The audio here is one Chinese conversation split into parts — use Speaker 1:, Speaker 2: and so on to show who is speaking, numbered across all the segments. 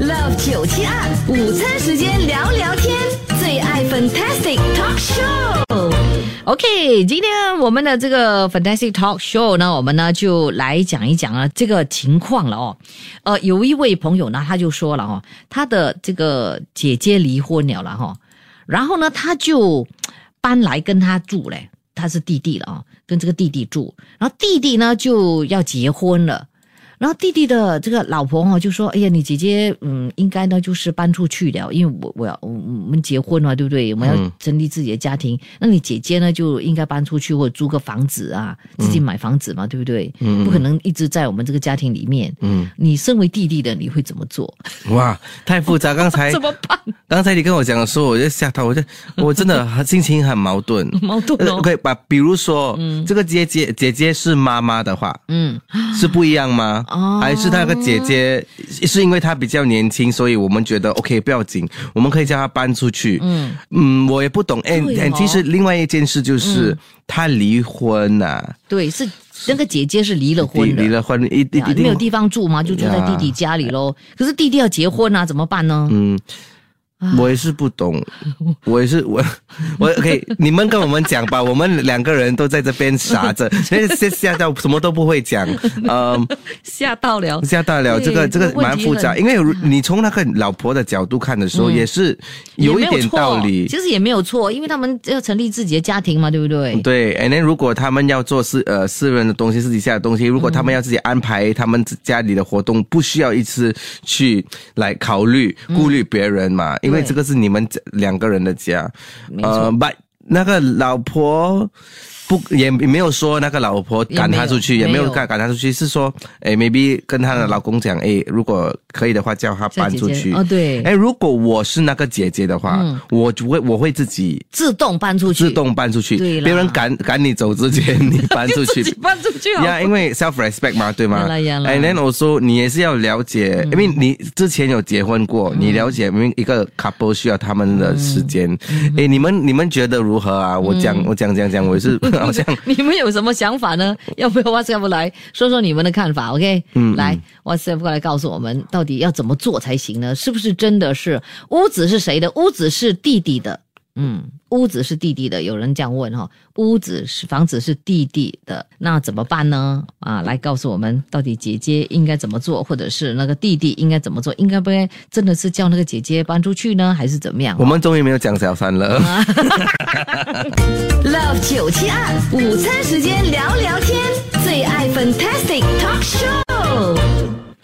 Speaker 1: Love 九七二午餐时间聊聊天，最爱 Fantastic Talk Show。
Speaker 2: OK，今天我们的这个 Fantastic Talk Show 呢，我们呢就来讲一讲啊这个情况了哦。呃，有一位朋友呢，他就说了哦，他的这个姐姐离婚了了哈、哦，然后呢，他就搬来跟他住嘞，他是弟弟了啊、哦，跟这个弟弟住，然后弟弟呢就要结婚了。然后弟弟的这个老婆哈、哦、就说：“哎呀，你姐姐嗯，应该呢就是搬出去了，因为我我要我我们结婚了，对不对？我们
Speaker 3: 嗯
Speaker 2: 要成立自己的家庭。那你姐姐呢就应该搬出去或者租个房子啊，自己买房子嘛，对不
Speaker 3: 嗯
Speaker 2: 对？不可能一直在我们这个家庭里面。嗯，你身为弟弟的，你会怎么做？
Speaker 3: 哇，太复杂！刚 才
Speaker 2: 怎么办？
Speaker 3: 刚才你跟我讲的时候，我就吓到，我就我真的很心情很矛 盾。
Speaker 2: 矛盾哦
Speaker 3: 可以把，比如说，这个姐姐姐姐是妈妈的话，
Speaker 2: 嗯，
Speaker 3: 是不一样吗？
Speaker 2: 哦
Speaker 3: 还是那个姐姐是因为她比较年轻，所以我们觉得 OK 不要紧，我们可以叫她搬出去。
Speaker 2: 嗯
Speaker 3: 嗯，我也不懂。哎、
Speaker 2: 对
Speaker 3: 哎
Speaker 2: 哦嗯
Speaker 3: 其实另外一件事就是、她离婚呐、
Speaker 2: 对，是那个姐姐是离了婚
Speaker 3: 离
Speaker 2: 的，
Speaker 3: 离了婚一一
Speaker 2: 对
Speaker 3: 定
Speaker 2: 啊没有地方住嘛，就住在弟弟家里喽。可是弟弟要结婚啊，怎么办呢？
Speaker 3: 嗯，我也是不懂，我也是我 我可以，你们跟我们讲吧， 我们两个人都在这边傻 着，那吓吓到什么都不会讲，嗯，
Speaker 2: 吓到了，
Speaker 3: 吓到 了，
Speaker 2: 对
Speaker 3: 这个
Speaker 2: 这
Speaker 3: 这
Speaker 2: 个
Speaker 3: 个蛮复杂，
Speaker 2: 问
Speaker 3: 因 为如你从那个老婆的角度看的时候，也是有
Speaker 2: 嗯
Speaker 3: 一
Speaker 2: 也没
Speaker 3: 点
Speaker 2: 错
Speaker 3: 道理。
Speaker 2: 其实也没有错，因为他们要成立自己的家庭嘛，对不对？
Speaker 3: 对，and then 如果他们要做私呃私人的东西、私底下的东西，如果他们要自己安排他们自家里的活动，不需要一次去来考虑顾虑别人嘛，因为
Speaker 2: 对
Speaker 3: 这个是你们两个人的家。
Speaker 2: 没错
Speaker 3: 呃，把那个老婆不也没有说那个老婆赶她出去，
Speaker 2: 也
Speaker 3: 也
Speaker 2: 没
Speaker 3: 没
Speaker 2: 有
Speaker 3: 有赶赶她出去，是说哎，maybe 跟她的老公讲，哎，如果可以的话，叫她
Speaker 2: 叫
Speaker 3: 搬
Speaker 2: 姐
Speaker 3: 出
Speaker 2: 姐
Speaker 3: 去。
Speaker 2: 哦对
Speaker 3: 哎，如果我是那个姐姐的话，
Speaker 2: 嗯
Speaker 3: 我就会我会自己
Speaker 2: 自动搬出去，
Speaker 3: 自动搬出去，
Speaker 2: 对啦
Speaker 3: 别人赶赶你走之前，你搬出去
Speaker 2: 自。己搬出去好了
Speaker 3: 呀，因为 self respect 嘛，对吗
Speaker 2: 呀啦呀啦嗯
Speaker 3: ？And then also，你也是要了解，因为你之前有结婚过，你了解，因为一个 couple 需要他们的时间。
Speaker 2: 嗯
Speaker 3: 诶，你们你们觉得如何啊？我讲我讲讲讲，我 也是好像
Speaker 2: 你们有什么想法呢？要不要 WhatsApp 来说说你们的看法？OK，嗯，来 WhatsApp 过来告诉我们到底要怎么做才行呢？是不是真的是屋子是谁的？屋子是弟弟的，嗯，屋子是弟弟的。有人这样问哈、屋子是房子是弟弟的，那怎么办呢？啊，来告诉我们到底姐姐应该怎么做，或者是那个弟弟应该怎么做？应该不该真的是叫那个姐姐搬出去呢，还是怎么样？
Speaker 3: 我们终于没有讲小三 了。
Speaker 2: 嗯
Speaker 1: Love 九七二午餐时间聊聊天，最爱 Fantastic Talk Show。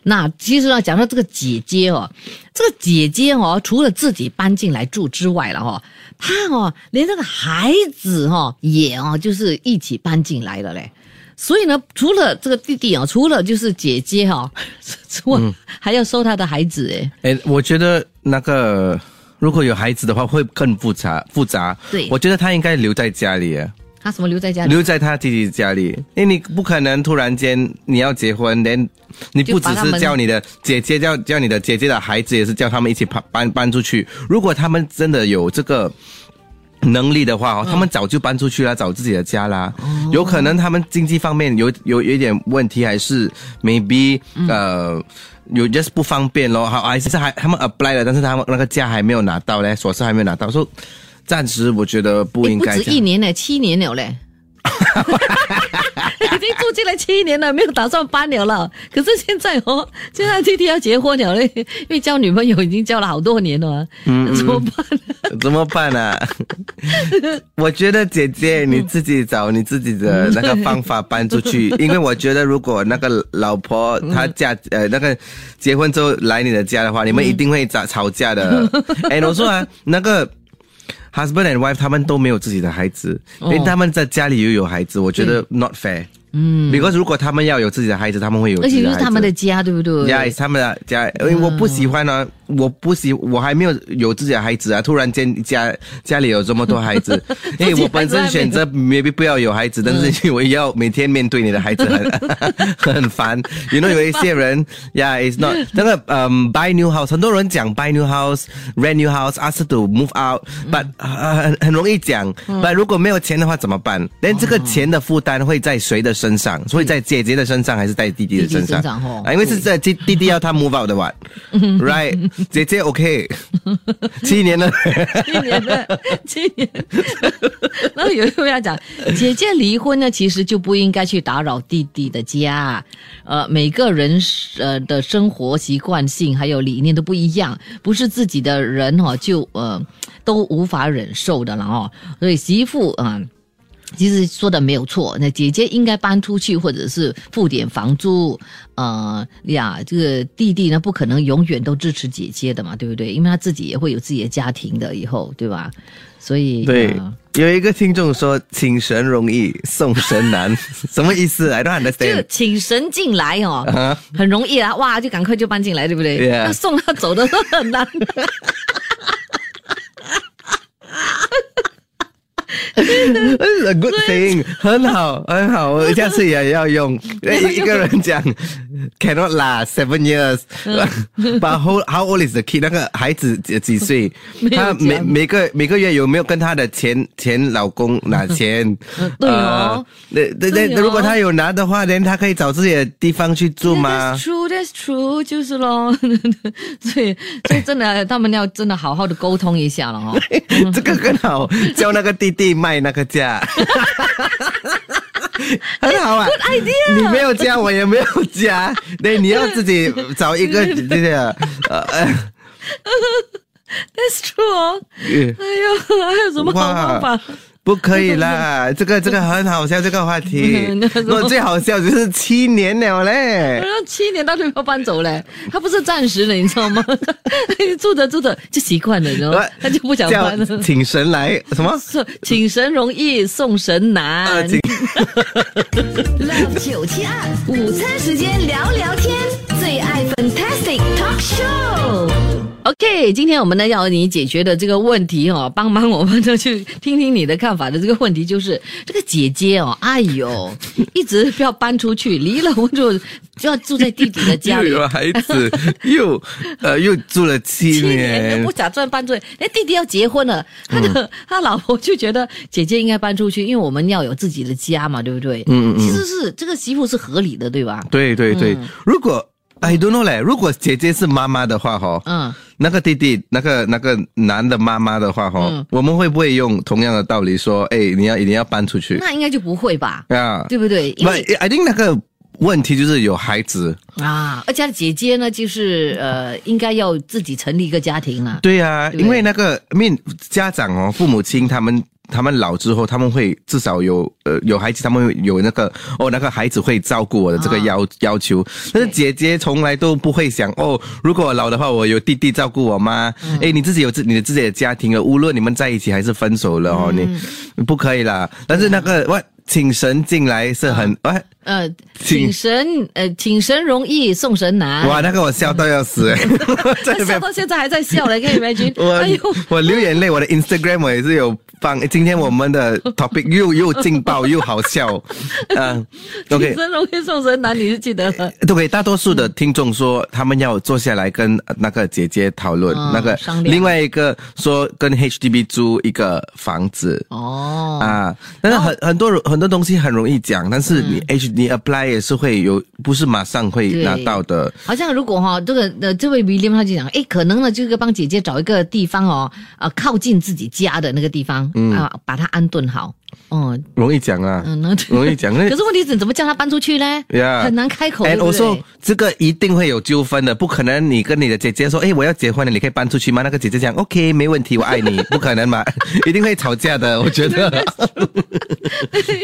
Speaker 2: 那其实呢，讲到这个姐姐哦，这个姐姐哦，除了自己搬进来住之外了哦，她哦，连这个孩子哦也哦，就是一起搬进来了嘞。所以呢，除了这个弟弟哦，除了就是姐姐哦， 之外、还要收她的孩子诶。
Speaker 3: 哎，我觉得那个如果有孩子的话，会更复杂复杂。
Speaker 2: 对
Speaker 3: 我觉得他应该留在家里。啊
Speaker 2: 她什么留在家里？
Speaker 3: 留在他弟弟家里，因为你不可能突然间你要结婚，连你不只
Speaker 2: 就把他
Speaker 3: 是
Speaker 2: 们
Speaker 3: 叫你的姐姐叫叫你的姐姐的孩子，也是叫他们一起搬搬搬出去。如果他们真的有这个。能力的话
Speaker 2: 嗯
Speaker 3: 哦，他们早就搬出去了，找自己的家啦。
Speaker 2: 哦
Speaker 3: 有可能他们经济方面有有有一点问题，还是 maybe
Speaker 2: 嗯
Speaker 3: 呃有 just 不方便咯，好还是还他们 apply 了，但是他们那个家还没有拿到嘞，琐事还没有拿到，所以暂时我觉得不
Speaker 2: 诶
Speaker 3: 应
Speaker 2: 不
Speaker 3: 该
Speaker 2: 止
Speaker 3: 这样。
Speaker 2: 一年呢，七年了 嘞。已经住进来七年了，没有打算搬了了。可是现在哦，现在弟弟要结婚了嘞，因为交女朋友已经交了好多年了啊，
Speaker 3: 嗯
Speaker 2: 怎么办？
Speaker 3: 怎么办啊？我觉得姐姐你自己找你自己的那个方法搬出去，因为我觉得如果那个老婆她嫁呃那个结婚之后来你的家的话，你们一定会吵吵架的。 哎，我说啊，那个。husband and wife 他们都没有自己的孩子，
Speaker 2: 哦
Speaker 3: 连他们在家里又有孩子，我觉得 not fair。嗯，because 如果他们要有自己的孩子，他们会有
Speaker 2: 而
Speaker 3: 自
Speaker 2: 且
Speaker 3: 己孩
Speaker 2: 就
Speaker 3: 子，
Speaker 2: 是他们的家，对不对？
Speaker 3: 家也是他们的家，因为我不喜欢呢、我不喜，我还没有有自己的孩子啊，突然间家家里有这么多孩子，因为我本身选择 maybe 不要有孩子，但是 我要每天面对你的孩子很很烦。You know 有一些人，Yeah，it's not 那个嗯、buy new house，很多人讲 buy new house，rent new house，ask to move out，but、呃很很容易讲、but 如果没有钱的话怎么办？连这个钱的负担会在谁的身上？所以在姐姐的身上还是在弟弟的身
Speaker 2: 弟弟身
Speaker 3: 上？
Speaker 2: 上哦
Speaker 3: 啊因为是在弟弟弟要他 move out 的 what right 姐姐 OK，七年了，
Speaker 2: 去年的，去年。 然后有一位要讲，姐姐离婚呢，其实就不应该去打扰弟弟的家。呃，每个人呃的生活习惯性还有理念都不一样，不是自己的人哦，就呃都无法忍受的了哦。所以媳妇啊。呃其实说的没有错，那姐姐应该搬出去，或者是付点房租。呃呀，这个弟弟呢，不可能永远都支持姐姐的嘛，对不对？因为他自己也会有自己的家庭的，以后对吧？所以
Speaker 3: 对
Speaker 2: 呃。
Speaker 3: 有一个听众说“请神容易送神 难”，什么意思？I don't
Speaker 2: 就
Speaker 3: understand。
Speaker 2: 请神进来哦
Speaker 3: 啊哈
Speaker 2: 很容易啊，哇，就赶快就搬进来，对不对
Speaker 3: Yeah
Speaker 2: 要送他走的都 很难。
Speaker 3: That's a good thing，很好，很 好，我下次也要用。一个人讲 cannot last seven years，把
Speaker 2: 嗯
Speaker 3: how how old is the kid？那个孩子几几岁
Speaker 2: 没？有
Speaker 3: 他
Speaker 2: 讲
Speaker 3: 每每个每个月有没有跟他的前前老公拿 钱？
Speaker 2: 对哦
Speaker 3: 呃，对对
Speaker 2: 对
Speaker 3: 对，
Speaker 2: 哦
Speaker 3: 如果他有拿的话，连他可以找自己的地方去住
Speaker 2: That's
Speaker 3: 吗？
Speaker 2: true, that's true，就是咯。 所以，所以真的，他们要真的好好的沟通一下 了哦。
Speaker 3: 这个更 好，叫那个弟弟卖那个价。 很好啊
Speaker 2: Good idea
Speaker 3: 你没有加，我也没有 加，对，你要自己找一个这个呃呃
Speaker 2: That's true 哦。哎呦，还有什么好方法？
Speaker 3: 呃不可以啦，这个这个很好笑，这个话题
Speaker 2: 那什。么
Speaker 3: 我最好笑就是七年了嘞
Speaker 2: 我，让七年到对方搬走嘞，他不是暂时的，你知道吗？ 住着住着就习惯了，你知 道吗？ 他就不想
Speaker 3: 叫
Speaker 2: 搬了。
Speaker 3: 呃请神来什么？
Speaker 2: 送 请神容易送神难。
Speaker 3: 呃请
Speaker 1: Love 九七二，午餐时间聊聊天，最爱 Fantastic Talk Show。
Speaker 2: OK，今天我们呢要你解决的这个问题哦，帮帮我们呢去听听你的看法的这个问题就是，这个姐姐哦，哎呦，一直不要搬出去，离了婚就就要住在弟弟的家
Speaker 3: 又
Speaker 2: 里。
Speaker 3: 有孩子，又呃又住了七
Speaker 2: 七年
Speaker 3: 年
Speaker 2: 都不，打算搬出去，哎，弟弟要结婚了，他的、他老婆就觉得姐姐应该搬出去，因为我们要有自己的家嘛，对不对？嗯嗯其实是这个媳妇是合理的，对吧？
Speaker 3: 对对对，
Speaker 2: 嗯
Speaker 3: 如果 I don't know 嘞，如果姐姐是妈妈的话哈，
Speaker 2: 嗯，
Speaker 3: 那个弟弟，那个那个男的妈妈的话哈，
Speaker 2: 嗯
Speaker 3: 我们会不会用同样的道理说，哎，你要一定要搬出去
Speaker 2: 那应该就不会吧？
Speaker 3: 啊？
Speaker 2: 对不对？因为
Speaker 3: But I think 那个问题就是有孩子，
Speaker 2: 啊，而且她的姐姐呢，就是呃，应该要自己成立一个家庭了。
Speaker 3: 对啊，
Speaker 2: 对
Speaker 3: 因为那个 I mean 家长哦，父母亲他们。他们老之后，他们会至少有呃有孩子，他们会有那个哦，那个孩子会照顾我的这个
Speaker 2: 啊
Speaker 3: 要、要求。但是姐姐从来都不会想哦，如果我老的话，我有弟弟照顾我吗？
Speaker 2: 嗯
Speaker 3: 哎、你自己有自你的自己的家庭了，无论你们在一起还是分手了哦，
Speaker 2: 嗯
Speaker 3: 你不可以啦。但是那个哇，请神进来是很哇、
Speaker 2: 呃，
Speaker 3: 请
Speaker 2: 请神呃，请神容易送神难。
Speaker 3: 哇，那个我笑到要 死、欸，在
Speaker 2: 她
Speaker 3: 那
Speaker 2: 笑
Speaker 3: 边
Speaker 2: 到现在还在笑嘞，可以 imagine？
Speaker 3: 我、
Speaker 2: 哎呦，
Speaker 3: 我流眼泪，我的 Instagram 我也是有放。今天我们的 topic 又又劲爆又好 笑，嗯、
Speaker 2: 请
Speaker 3: OK。
Speaker 2: 神容易送神难，你是记得 了？
Speaker 3: 对大多数的听众说他们要坐下来跟那个姐姐讨论，
Speaker 2: 嗯
Speaker 3: 那个
Speaker 2: 商量
Speaker 3: 另外一个说跟 HDB 租一个房子。
Speaker 2: 哦，
Speaker 3: 啊，但是很很多人很多东西很容易讲，但是你 H 你 apply 也是会有，不是马上会
Speaker 2: 嗯对
Speaker 3: 拿到的。
Speaker 2: 好像如果哈、这个呃，这位 William 他就讲，诶，可能呢，就是帮姐姐找一个地方哦，啊，靠近自己家的那个地方，
Speaker 3: 嗯
Speaker 2: 啊，把它安顿好。哦，
Speaker 3: 容易讲啊，
Speaker 2: 嗯，那
Speaker 3: 容易讲。那哎
Speaker 2: 可是问题是，你怎么叫他搬出去呢
Speaker 3: Yeah，
Speaker 2: 很难开口。对
Speaker 3: And
Speaker 2: 不对
Speaker 3: also，这个一定会有纠纷的，不可能你跟你的姐姐说，哎，我要结婚了，你可以搬出去吗？那个姐姐讲，OK，没问题，我爱你，不可 能嘛，一定会吵架的，我觉得。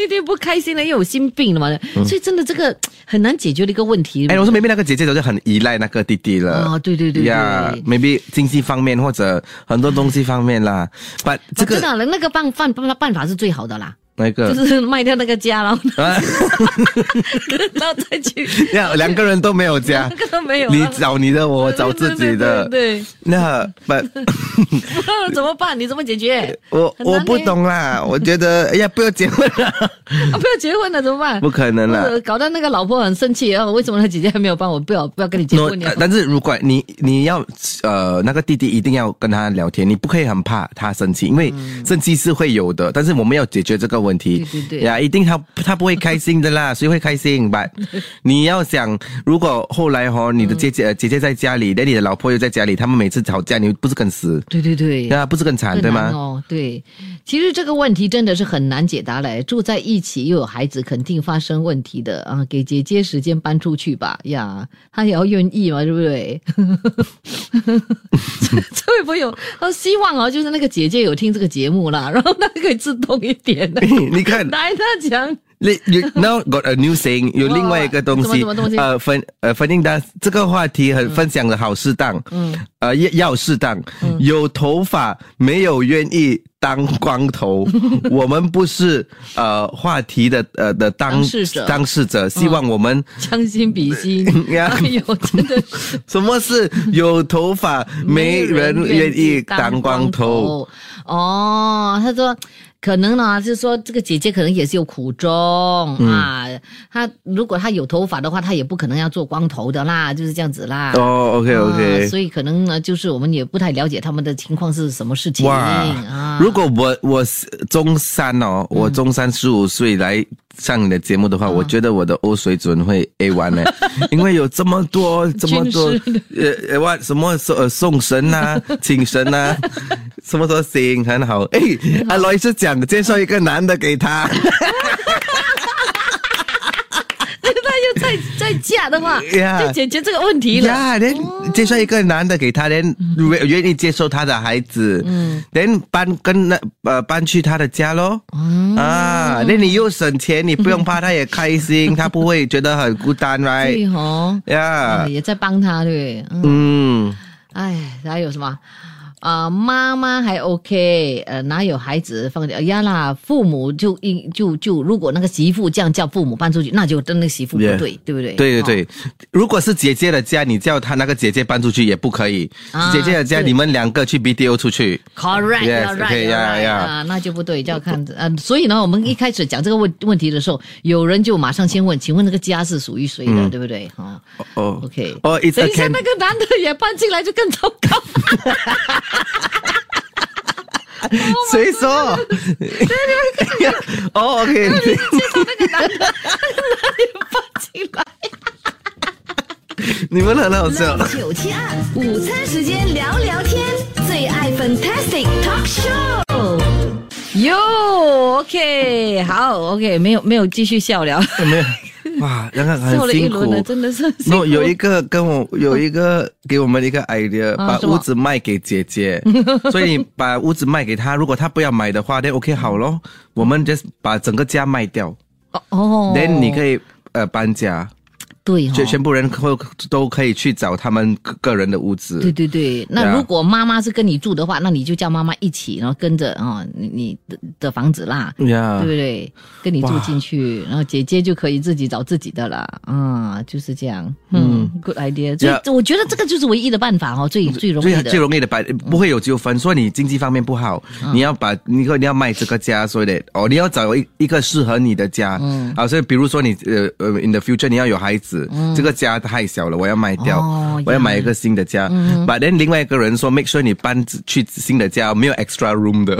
Speaker 2: 一定不开心了，又有心病了嘛，所以真的这个很难解决的一个问题。
Speaker 3: 嗯哎，我说 maybe 那个姐姐早就很依赖那个弟弟了。
Speaker 2: 哦对对对对
Speaker 3: 呀、yeah,，maybe 经济方面或者很多东西方面啦，把这
Speaker 2: 我知
Speaker 3: 个。呃
Speaker 2: 道了，那个办办办办法是最好的啦。
Speaker 3: 那个
Speaker 2: 啊就是卖掉那个家，然后
Speaker 3: 啊，
Speaker 2: 然后再去，
Speaker 3: 两两个人都没有家
Speaker 2: 那，个都没有了。
Speaker 3: 你找你的，我找自己的。
Speaker 2: 对， 对
Speaker 3: 那不，
Speaker 2: 对对怎么办？你怎么解决？
Speaker 3: 哎我
Speaker 2: 很难
Speaker 3: 我不
Speaker 2: 呢
Speaker 3: 懂啦，我觉得哎呀，不要结婚了，
Speaker 2: 啊，不要结婚了怎么办？
Speaker 3: 不可能啦
Speaker 2: 或。者搞到那个老婆很生气，然后为什么他姐姐还没有帮我？不要不要跟你结
Speaker 3: No，
Speaker 2: 婚了
Speaker 3: 但。但是如果你你要呃那个弟弟一定要跟他聊天，你不可以很怕他生气，因为生气是会有的，但是我们要解决这个问
Speaker 2: 嗯
Speaker 3: 题。
Speaker 2: 对对对
Speaker 3: 呀，一定他他不会开心 的啦，谁会开心吧？你要想，如果后来哈、哦，你的姐
Speaker 2: 嗯
Speaker 3: 姐、呃姐姐在家里，那你的老婆又在家里，他们每次吵架，你不是更死，
Speaker 2: 对对对，
Speaker 3: 对啊，不是更惨，
Speaker 2: 很
Speaker 3: 对
Speaker 2: 难
Speaker 3: 吗？
Speaker 2: 哦，对，其实这个问题真的是很难解答嘞。住在一起又有孩子，肯定发生问题的啊。给姐姐时间搬出去吧，呀，她也要愿意嘛，对不对？ 这这位朋友，他说希望哦，就是那个姐姐有听这个节目啦，然 后她可以自动一点的。
Speaker 3: 你看，
Speaker 2: 来，他讲，
Speaker 3: 你 you now got a new saying，有另外一个东西，
Speaker 2: 什么什么东西嗯
Speaker 3: 呃，分呃，分应当这个话题很分享的好适当，嗯，呃，要要适当，
Speaker 2: 嗯
Speaker 3: 有头发没有愿意当光 头，我们不是呃话题的呃的当
Speaker 2: 当事者嗯
Speaker 3: 当事者，希望我 们、
Speaker 2: 将心比心，
Speaker 3: 呀
Speaker 2: 哎呦，真的是。
Speaker 3: 什么是有头发没人愿意当光头，。
Speaker 2: 哦，他说。可能呢，就是说这个姐姐可能也是有苦衷、啊。
Speaker 3: 嗯
Speaker 2: 她如果她有头发的话，她也不可能要做光头的啦，就是这样子啦。
Speaker 3: 哦，OK
Speaker 2: 啊
Speaker 3: OK，、
Speaker 2: 所以可能呢，就是我们也不太了解他们的情况是什么事情啊。 嗯
Speaker 3: 如果我我是中三哦，我中三十五岁来上你的节目的
Speaker 2: 啊
Speaker 3: 话，我觉得我的欧水准会 A 1呢， 因为有这么多这么多
Speaker 2: 军
Speaker 3: 呃呃哇什么送呃送 神呐、请神呐、什么都行，很好。哎，阿罗伊斯讲介绍一个男的给他，
Speaker 2: 他又再再嫁的话
Speaker 3: Yeah
Speaker 2: 就解决这个问题了。
Speaker 3: 呀，连介绍一个男的给他，连
Speaker 2: 嗯
Speaker 3: 愿愿意接受他的孩子，嗯，连搬跟那呃搬去他的家喽，
Speaker 2: 哦
Speaker 3: 啊，那你又省钱，你不用怕，他也开 心，他不会觉得很孤单
Speaker 2: 对
Speaker 3: ，right？
Speaker 2: 哦，
Speaker 3: 呀
Speaker 2: 啊，也在帮他对。嗯
Speaker 3: 嗯，
Speaker 2: 哎，还有什么？啊、妈妈还 OK，呃，哪有孩子放掉？呀啦，父母就应就就，如果那个媳妇这样叫父母搬出去，那就真的媳妇不对
Speaker 3: Yeah
Speaker 2: 对不对？
Speaker 3: 对对
Speaker 2: 哦，
Speaker 3: 对，如果是姐姐的家，你叫他那个姐姐搬出去也不可以，
Speaker 2: 啊
Speaker 3: 姐姐的家
Speaker 2: 对
Speaker 3: 你们两个去 BDO 出去，
Speaker 2: Correct,
Speaker 3: Yes,
Speaker 2: you're right,
Speaker 3: okay,
Speaker 2: you're
Speaker 3: yeah,
Speaker 2: right.
Speaker 3: yeah.
Speaker 2: 啊，那就不对，就要看呃，所以呢，我们一开始讲这个问问题的时候，有人就马上先问，请问那个家是属于谁的，对不对？哈、
Speaker 3: 哦
Speaker 2: o k
Speaker 3: 嗯哦，it's
Speaker 2: 等
Speaker 3: a
Speaker 2: 一下
Speaker 3: can，
Speaker 2: 那个男的也搬进来，就更糟 糕。
Speaker 3: 谁说？ 哦，OK，
Speaker 2: 介绍那个男的，那个男的也搬进来。
Speaker 3: 你们很好笑。
Speaker 1: Love 九七二，午餐时间聊聊天，最爱 Fantastic Talk Show。
Speaker 2: 哟，OK，好，OK，没有没有继续笑了，
Speaker 3: 没有，哇，然后
Speaker 2: 笑
Speaker 3: 很
Speaker 2: 了一
Speaker 3: 辛
Speaker 2: 轮
Speaker 3: 苦
Speaker 2: 了，。真的是辛苦。
Speaker 3: no，有一个跟我有一个给我们一个 idea，、
Speaker 2: 啊什
Speaker 3: 把
Speaker 2: 么
Speaker 3: 屋子卖给姐 姐，所以把屋子卖给她，如果她不要买的话，那 OK 好咯，我们 just 把整个家卖掉、
Speaker 2: 哦
Speaker 3: t h e n 你可
Speaker 2: 以
Speaker 3: 以呃搬家，
Speaker 2: 对
Speaker 3: 就
Speaker 2: 哦。
Speaker 3: 全部人都都可以去找他们个个人的屋子。
Speaker 2: 对对对，那
Speaker 3: 对啊
Speaker 2: 如果妈妈是跟你住的话，那你就叫妈妈一起，然后跟着啊、哦你你的的房子啦，对
Speaker 3: 呀
Speaker 2: 不对？跟你住进去，然后姐姐就可以自己找自己的了啊、就是这样。嗯，good idea。所以
Speaker 3: Yeah
Speaker 2: 我觉得这个就是唯一的办法哦，最最容易
Speaker 3: 最
Speaker 2: 的
Speaker 3: 最。容易的把不会有纠纷，说你经济方面不好，
Speaker 2: 嗯
Speaker 3: 你要把你你要卖这个家，所以得哦，你要找一一个适合你的家，嗯，啊，所以比如说你呃呃，in the future 你要有孩子，这个家太小了，我要卖掉，
Speaker 2: 嗯哦
Speaker 3: 我要买一个新的家，嗯，把另外一个人说，make sure 你搬去新的家，没有 extra room 的，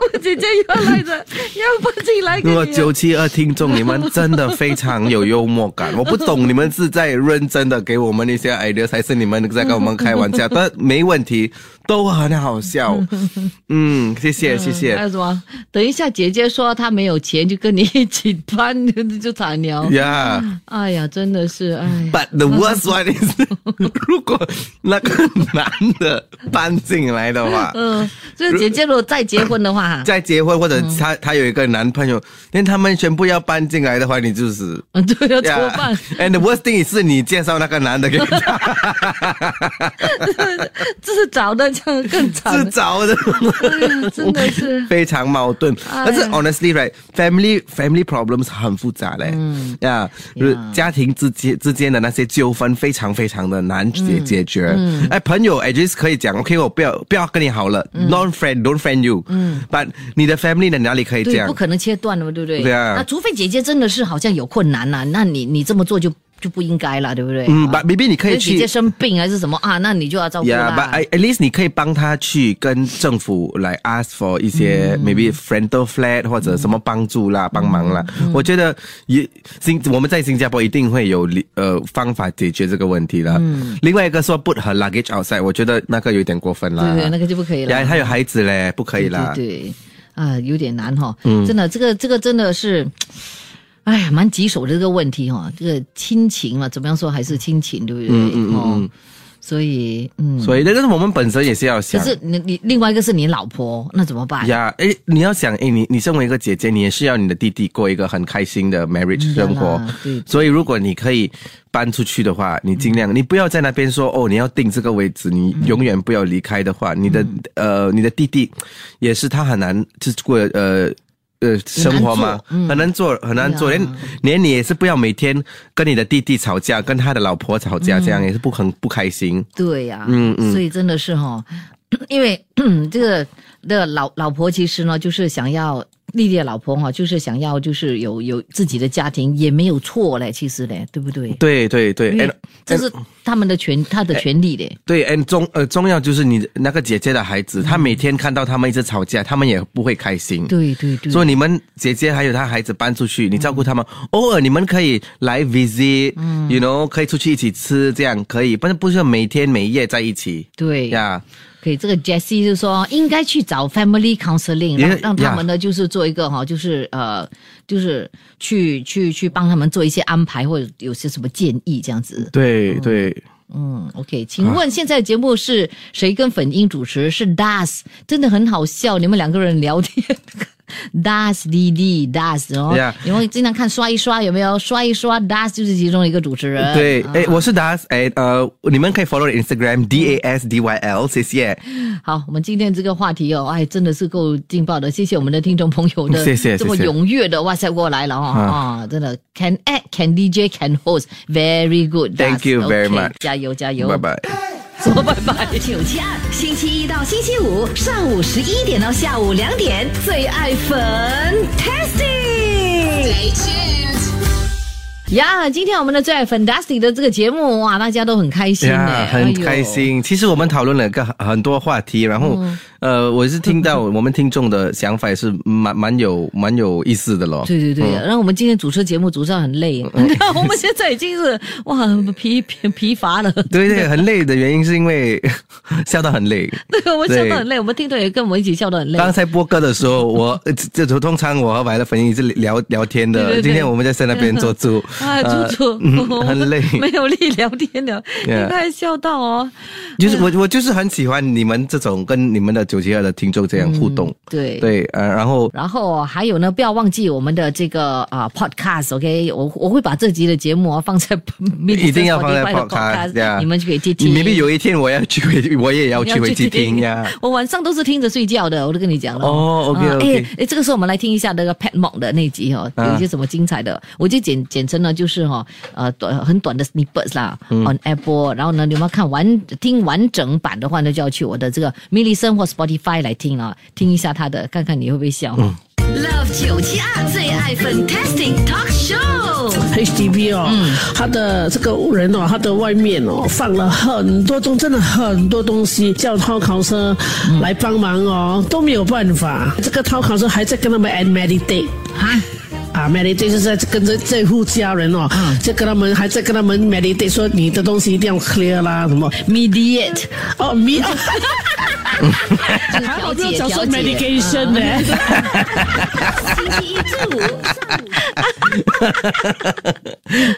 Speaker 2: 我 姐姐要来的，要搬进来给
Speaker 3: 那么
Speaker 2: 你了。
Speaker 3: 九七二听众，你们真的非常有幽默 感，我不懂你们是在认真的给我们一些 idea，还是你们在跟我们开玩 笑？但没问题，都很好笑。嗯，谢谢谢
Speaker 2: 还有
Speaker 3: 谢
Speaker 2: 什么？等一下，姐姐说她没有钱，就跟你一起搬，就惨了。
Speaker 3: ，Yeah。
Speaker 2: 哎呀，真的是哎。
Speaker 3: But the worst one is，如 果那个男的搬进来的话，
Speaker 2: 呃嗯，就是姐姐如果再结婚的话，嘛
Speaker 3: 在结婚或者
Speaker 2: 嗯
Speaker 3: 他他有一个男朋友，连他们全部要搬进来的话，你就是
Speaker 2: 嗯，对，要 怎么
Speaker 3: Yeah.
Speaker 2: 办？
Speaker 3: And the worst thing is 是你介绍那个男的 给他
Speaker 2: 这是找的这样更惨
Speaker 3: 自，找的，
Speaker 2: 真的是。
Speaker 3: 非常矛盾。
Speaker 2: 哎呀
Speaker 3: 但是 honestly right，family family problems 很复杂嘞，嗯呀，就是家庭之间之间的那些纠纷非常非常的难解解决。
Speaker 2: 嗯
Speaker 3: 哎，朋友 at least 可以讲 OK，我不要不要跟你好了，non
Speaker 2: 嗯
Speaker 3: friend don't friend you，嗯，but 你的 family 呢哪里可以这
Speaker 2: 对，
Speaker 3: 样
Speaker 2: 不？可能切断了嘛，对不对？
Speaker 3: 对啊
Speaker 2: 那除非姐姐真的是好像有困难啦、啊那你你这么做就就不应该了，对不对？
Speaker 3: 嗯
Speaker 2: 啊
Speaker 3: ，but maybe 你可以
Speaker 2: 因为姐
Speaker 3: 去
Speaker 2: 姐生病还是什么啊？那你就要照顾
Speaker 3: Yeah,
Speaker 2: 啦。
Speaker 3: but at at least 你可以帮他去跟政府来 ask for 一
Speaker 2: 嗯
Speaker 3: 些 maybe rental flat 或者什么帮助啦、帮忙啦。
Speaker 2: 嗯
Speaker 3: 我觉得也新我们在新加坡一定会有理呃方法解决这个问题啦。
Speaker 2: 嗯
Speaker 3: 另外一个说 put her luggage outside，我觉得那个有点过分啦。
Speaker 2: 对对，那个就不可以了。
Speaker 3: 呀，他有孩子嘞，不可以嗯啦。
Speaker 2: 对对对，啊、有点难哈、真的，这个这个真的是。哎呀，蛮棘手的这个问题哈、这个亲情啊嘛，怎么样说还是亲情，对不对？嗯嗯嗯哦，所以嗯，
Speaker 3: 所以那个我们本身也是要
Speaker 2: 可
Speaker 3: 想。
Speaker 2: 是你你另外一个是你老婆，那怎么办？
Speaker 3: 呀，哎，你要想，哎，你你身为一个姐姐，你也是要你的弟弟过一个很开心的 marriage
Speaker 2: 当然
Speaker 3: 生活
Speaker 2: 啦嗯对，嗯
Speaker 3: 所以如果你可以搬出去的话，你尽量，你不要在那边说哦，你要定这个位置，你永远不要离开的话，你的
Speaker 2: 嗯
Speaker 3: 呃，你的弟弟也是他很难就是过呃。呃，生活嘛，很难做，很难做，
Speaker 2: 嗯对啊
Speaker 3: 连连你也是不要每天跟你的弟弟吵架，跟他的老婆吵
Speaker 2: 嗯
Speaker 3: 架，这样也是不很不开心。
Speaker 2: 对呀、
Speaker 3: 嗯嗯
Speaker 2: 所以真的是哈、 因为这个的老老婆其实呢，就是想要丽丽的老婆哈、就是想要就是有有自己的家庭，也没有错嘞，其实嘞，对不对？
Speaker 3: 对对对，哎
Speaker 2: 因为
Speaker 3: and-
Speaker 2: 这是他们的权，他
Speaker 3: 哎
Speaker 2: 的权利嘞。
Speaker 3: 对，and 重呃重要就是你那个姐姐的孩子，他每天看到他们一直吵架，他们也不会开心。
Speaker 2: 对对对，
Speaker 3: 所以你们姐姐还有她孩子搬出去，你照顾他们，
Speaker 2: 嗯
Speaker 3: 偶尔你们可以来 visit，嗯，you know，可以出去一起吃，这样可以，但是不是每天每夜在一起
Speaker 2: 对
Speaker 3: 呀？
Speaker 2: 可以，这个 Jessie 就说应该去找 family counseling，
Speaker 3: 也
Speaker 2: 让让他
Speaker 3: 呀
Speaker 2: 们呢就是做一个哈，就是呃，就是去去去帮他们做一些安排或者有些什么建议这样子。
Speaker 3: 对对，
Speaker 2: 嗯，OK，请问现在节目是谁跟粉英主持？是 Das，真的很好笑，你们两个人聊天。Das D D Das 哦
Speaker 3: Yeah
Speaker 2: 你们经常看刷一刷有没有？刷一刷 Das 就是其中一个主持人。啊
Speaker 3: 对，哎，我是 Das，哎呃，你们可以 follow Instagram D A S D Y L，谢谢。
Speaker 2: 好，我们今天这个话题哦，哎，真的是够劲爆的，谢谢我们的听众朋友的，
Speaker 3: 谢谢
Speaker 2: 这么
Speaker 3: 谢谢
Speaker 2: 踊跃的哇塞过来了哦，
Speaker 3: 啊
Speaker 2: 啊，真的 can act can DJ can host very good，
Speaker 3: Thank you very
Speaker 2: OK，
Speaker 3: much
Speaker 2: 加油加油，
Speaker 3: 拜拜。
Speaker 2: 说拜拜。
Speaker 1: 九七二，星期一到星期五上午十一点到下午两点，最爱 Fantastic。
Speaker 2: 呀今天我们的最爱 Fantastic 的这个节目哇，大家都很开心呢，哎
Speaker 3: 很
Speaker 2: 呦
Speaker 3: 开。心。其实我们讨论了个很很多话题，然后、
Speaker 2: 嗯
Speaker 3: 呃，我是听到我们听众的想法也是蛮蛮有蛮有意思的咯。 嗯
Speaker 2: 对对对，然后我们今天主持节目主持到很累，那我们现在已经是哇很疲疲疲乏了，
Speaker 3: 对对，很累的原因是因为 笑到很累。
Speaker 2: 对，我们笑到很累，我们听众也跟我们一起笑到很累。
Speaker 3: 刚才播歌的时候，我 呃这这通常我和白的粉一直聊聊天的。
Speaker 2: 对对对，
Speaker 3: 今天我们在在那边做猪
Speaker 2: 啊，
Speaker 3: 呃
Speaker 2: 猪猪，
Speaker 3: 嗯
Speaker 2: 我
Speaker 3: 很累。
Speaker 2: 没有力聊天了，你
Speaker 3: Yeah
Speaker 2: 快笑到哦。
Speaker 3: 就是我我就是很喜欢你们这种跟你们的九七二的听众这样互动。
Speaker 2: 对。
Speaker 3: 对，呃，然后
Speaker 2: 然后还有呢，不要忘记我们的这个啊、podcast，OK，、我我会把这集的节目啊放在
Speaker 3: 一定要放在
Speaker 2: Spotify 的
Speaker 3: podcast，对啊
Speaker 2: 你们就可以去听。
Speaker 3: 你 maybe 有一天我要去回，我也要去回去听呀。
Speaker 2: 我晚上都是听着睡觉的，我都跟你讲了。
Speaker 3: 哦，OK，
Speaker 2: 啊
Speaker 3: OK
Speaker 2: 哎哎，这个时候我们来听一下那个 Pat Mong 的那集哦，
Speaker 3: 啊
Speaker 2: 有一些什么精彩的，我就简简称呢，就是哈、呃，短很短的 snippets 啦、on
Speaker 3: 嗯
Speaker 2: Apple。然后呢，你们要看完听完整版的话呢，就要去我的这个 m i l l i c e n 或 Spotify 来听啊，听一下他的，看看你会不会笑。
Speaker 3: 嗯
Speaker 1: Love 九七二最爱 Fantastic Talk Show。
Speaker 4: HDB 哦，
Speaker 2: 嗯
Speaker 4: 它的这个屋人哦，它的外面哦放了很多东，真的很多东西，叫掏考生来帮忙哦，都没有办法。这个掏考生还在跟他们 and meditate
Speaker 2: 哈
Speaker 4: 啊，meditate 就是在跟这这户家人哦，
Speaker 2: 嗯
Speaker 4: 在跟他们还在跟他们 meditate 说你的东西一定要 clear 啦什么
Speaker 2: ，mediate
Speaker 4: 哦 me 哦，
Speaker 2: 就是
Speaker 4: 还好
Speaker 2: 调
Speaker 4: 没有
Speaker 2: 解
Speaker 4: 讲
Speaker 2: 调
Speaker 4: 说
Speaker 2: 解。啊
Speaker 4: medication 呢。
Speaker 1: 星期一至五上午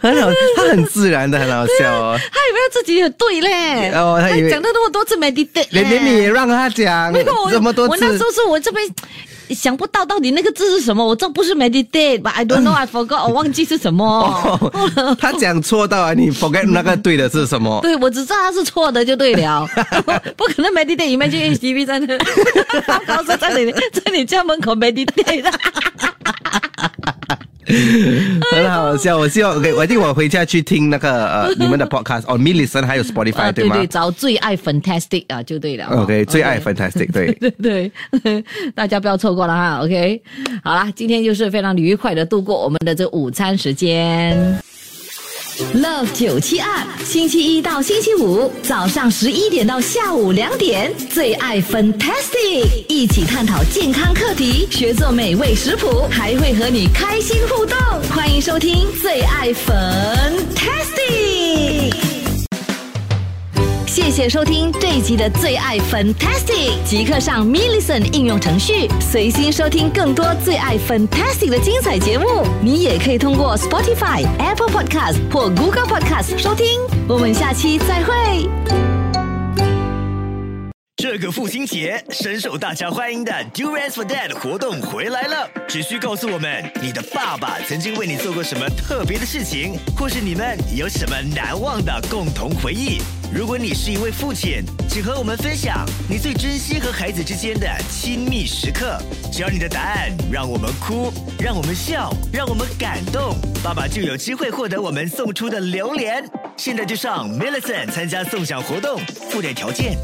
Speaker 3: 很好，他很自然的，很好笑 哦。
Speaker 2: 他以为他自己很对嘞，
Speaker 3: 哦他以为哎
Speaker 2: 讲了那么多次 meditate，
Speaker 3: 连
Speaker 2: 嘞
Speaker 3: 连你也让他讲
Speaker 2: 没有我
Speaker 3: 嗯这么多
Speaker 2: 我那
Speaker 3: 次
Speaker 2: 时，候是我这边想不到到底那个字是什么，我这不是 meditate，but I don't know I forgot，我忘记是什么。
Speaker 3: 哦， 他讲错到啊，你 forget 那个 对的是什么？
Speaker 2: 对，我只知道它是错的就对 了，不可能 meditate 里面就 HDB 在那， 高是在你在你家门口 meditate 的。
Speaker 3: 很好笑，我希望 OK，我一定我回家去听那个 呃你们的 podcast 哦 m i l l i c e n 还有 Spotify
Speaker 2: 啊，对
Speaker 3: 吗
Speaker 2: 对，找最爱 fantastic 啊，就对了。
Speaker 3: ？OK，最爱 fantastic 哦对。
Speaker 2: 对 对，对， 大家不要错过了哈。OK，好啦，今天就是非常愉快的度过我们的这午餐时间。
Speaker 1: Love 九七二，星期一到星期五早上十一点到下午两点，最爱 Fantastic，一起探讨健康课题，学做美味食谱，还会和你开心互动。欢迎收听最爱 Fantastic。谢谢收听这一集的最爱 Fantastic，即刻上 m i l l i c e n 应用程序，随心收听更多最爱 Fantastic 的精彩节目。你也可以通过 Spotify、Apple Podcast 或 Google Podcast 收听。我们下期再会。
Speaker 5: 这个父亲节，深受大家欢迎的 Do r e s for Dad 活动回来了。只需告诉我们你的爸爸曾经为你做过什么特别的事情，或是你们有什么难忘的共同回忆。如果你是一位父亲，请和我们分享你最珍惜和孩子之间的亲密时刻。只要你的答案让我们哭，让我们笑，让我们感动，爸爸就有机会获得我们送出的榴莲。现在就上 Millicent 参加送奖活动，附带条件。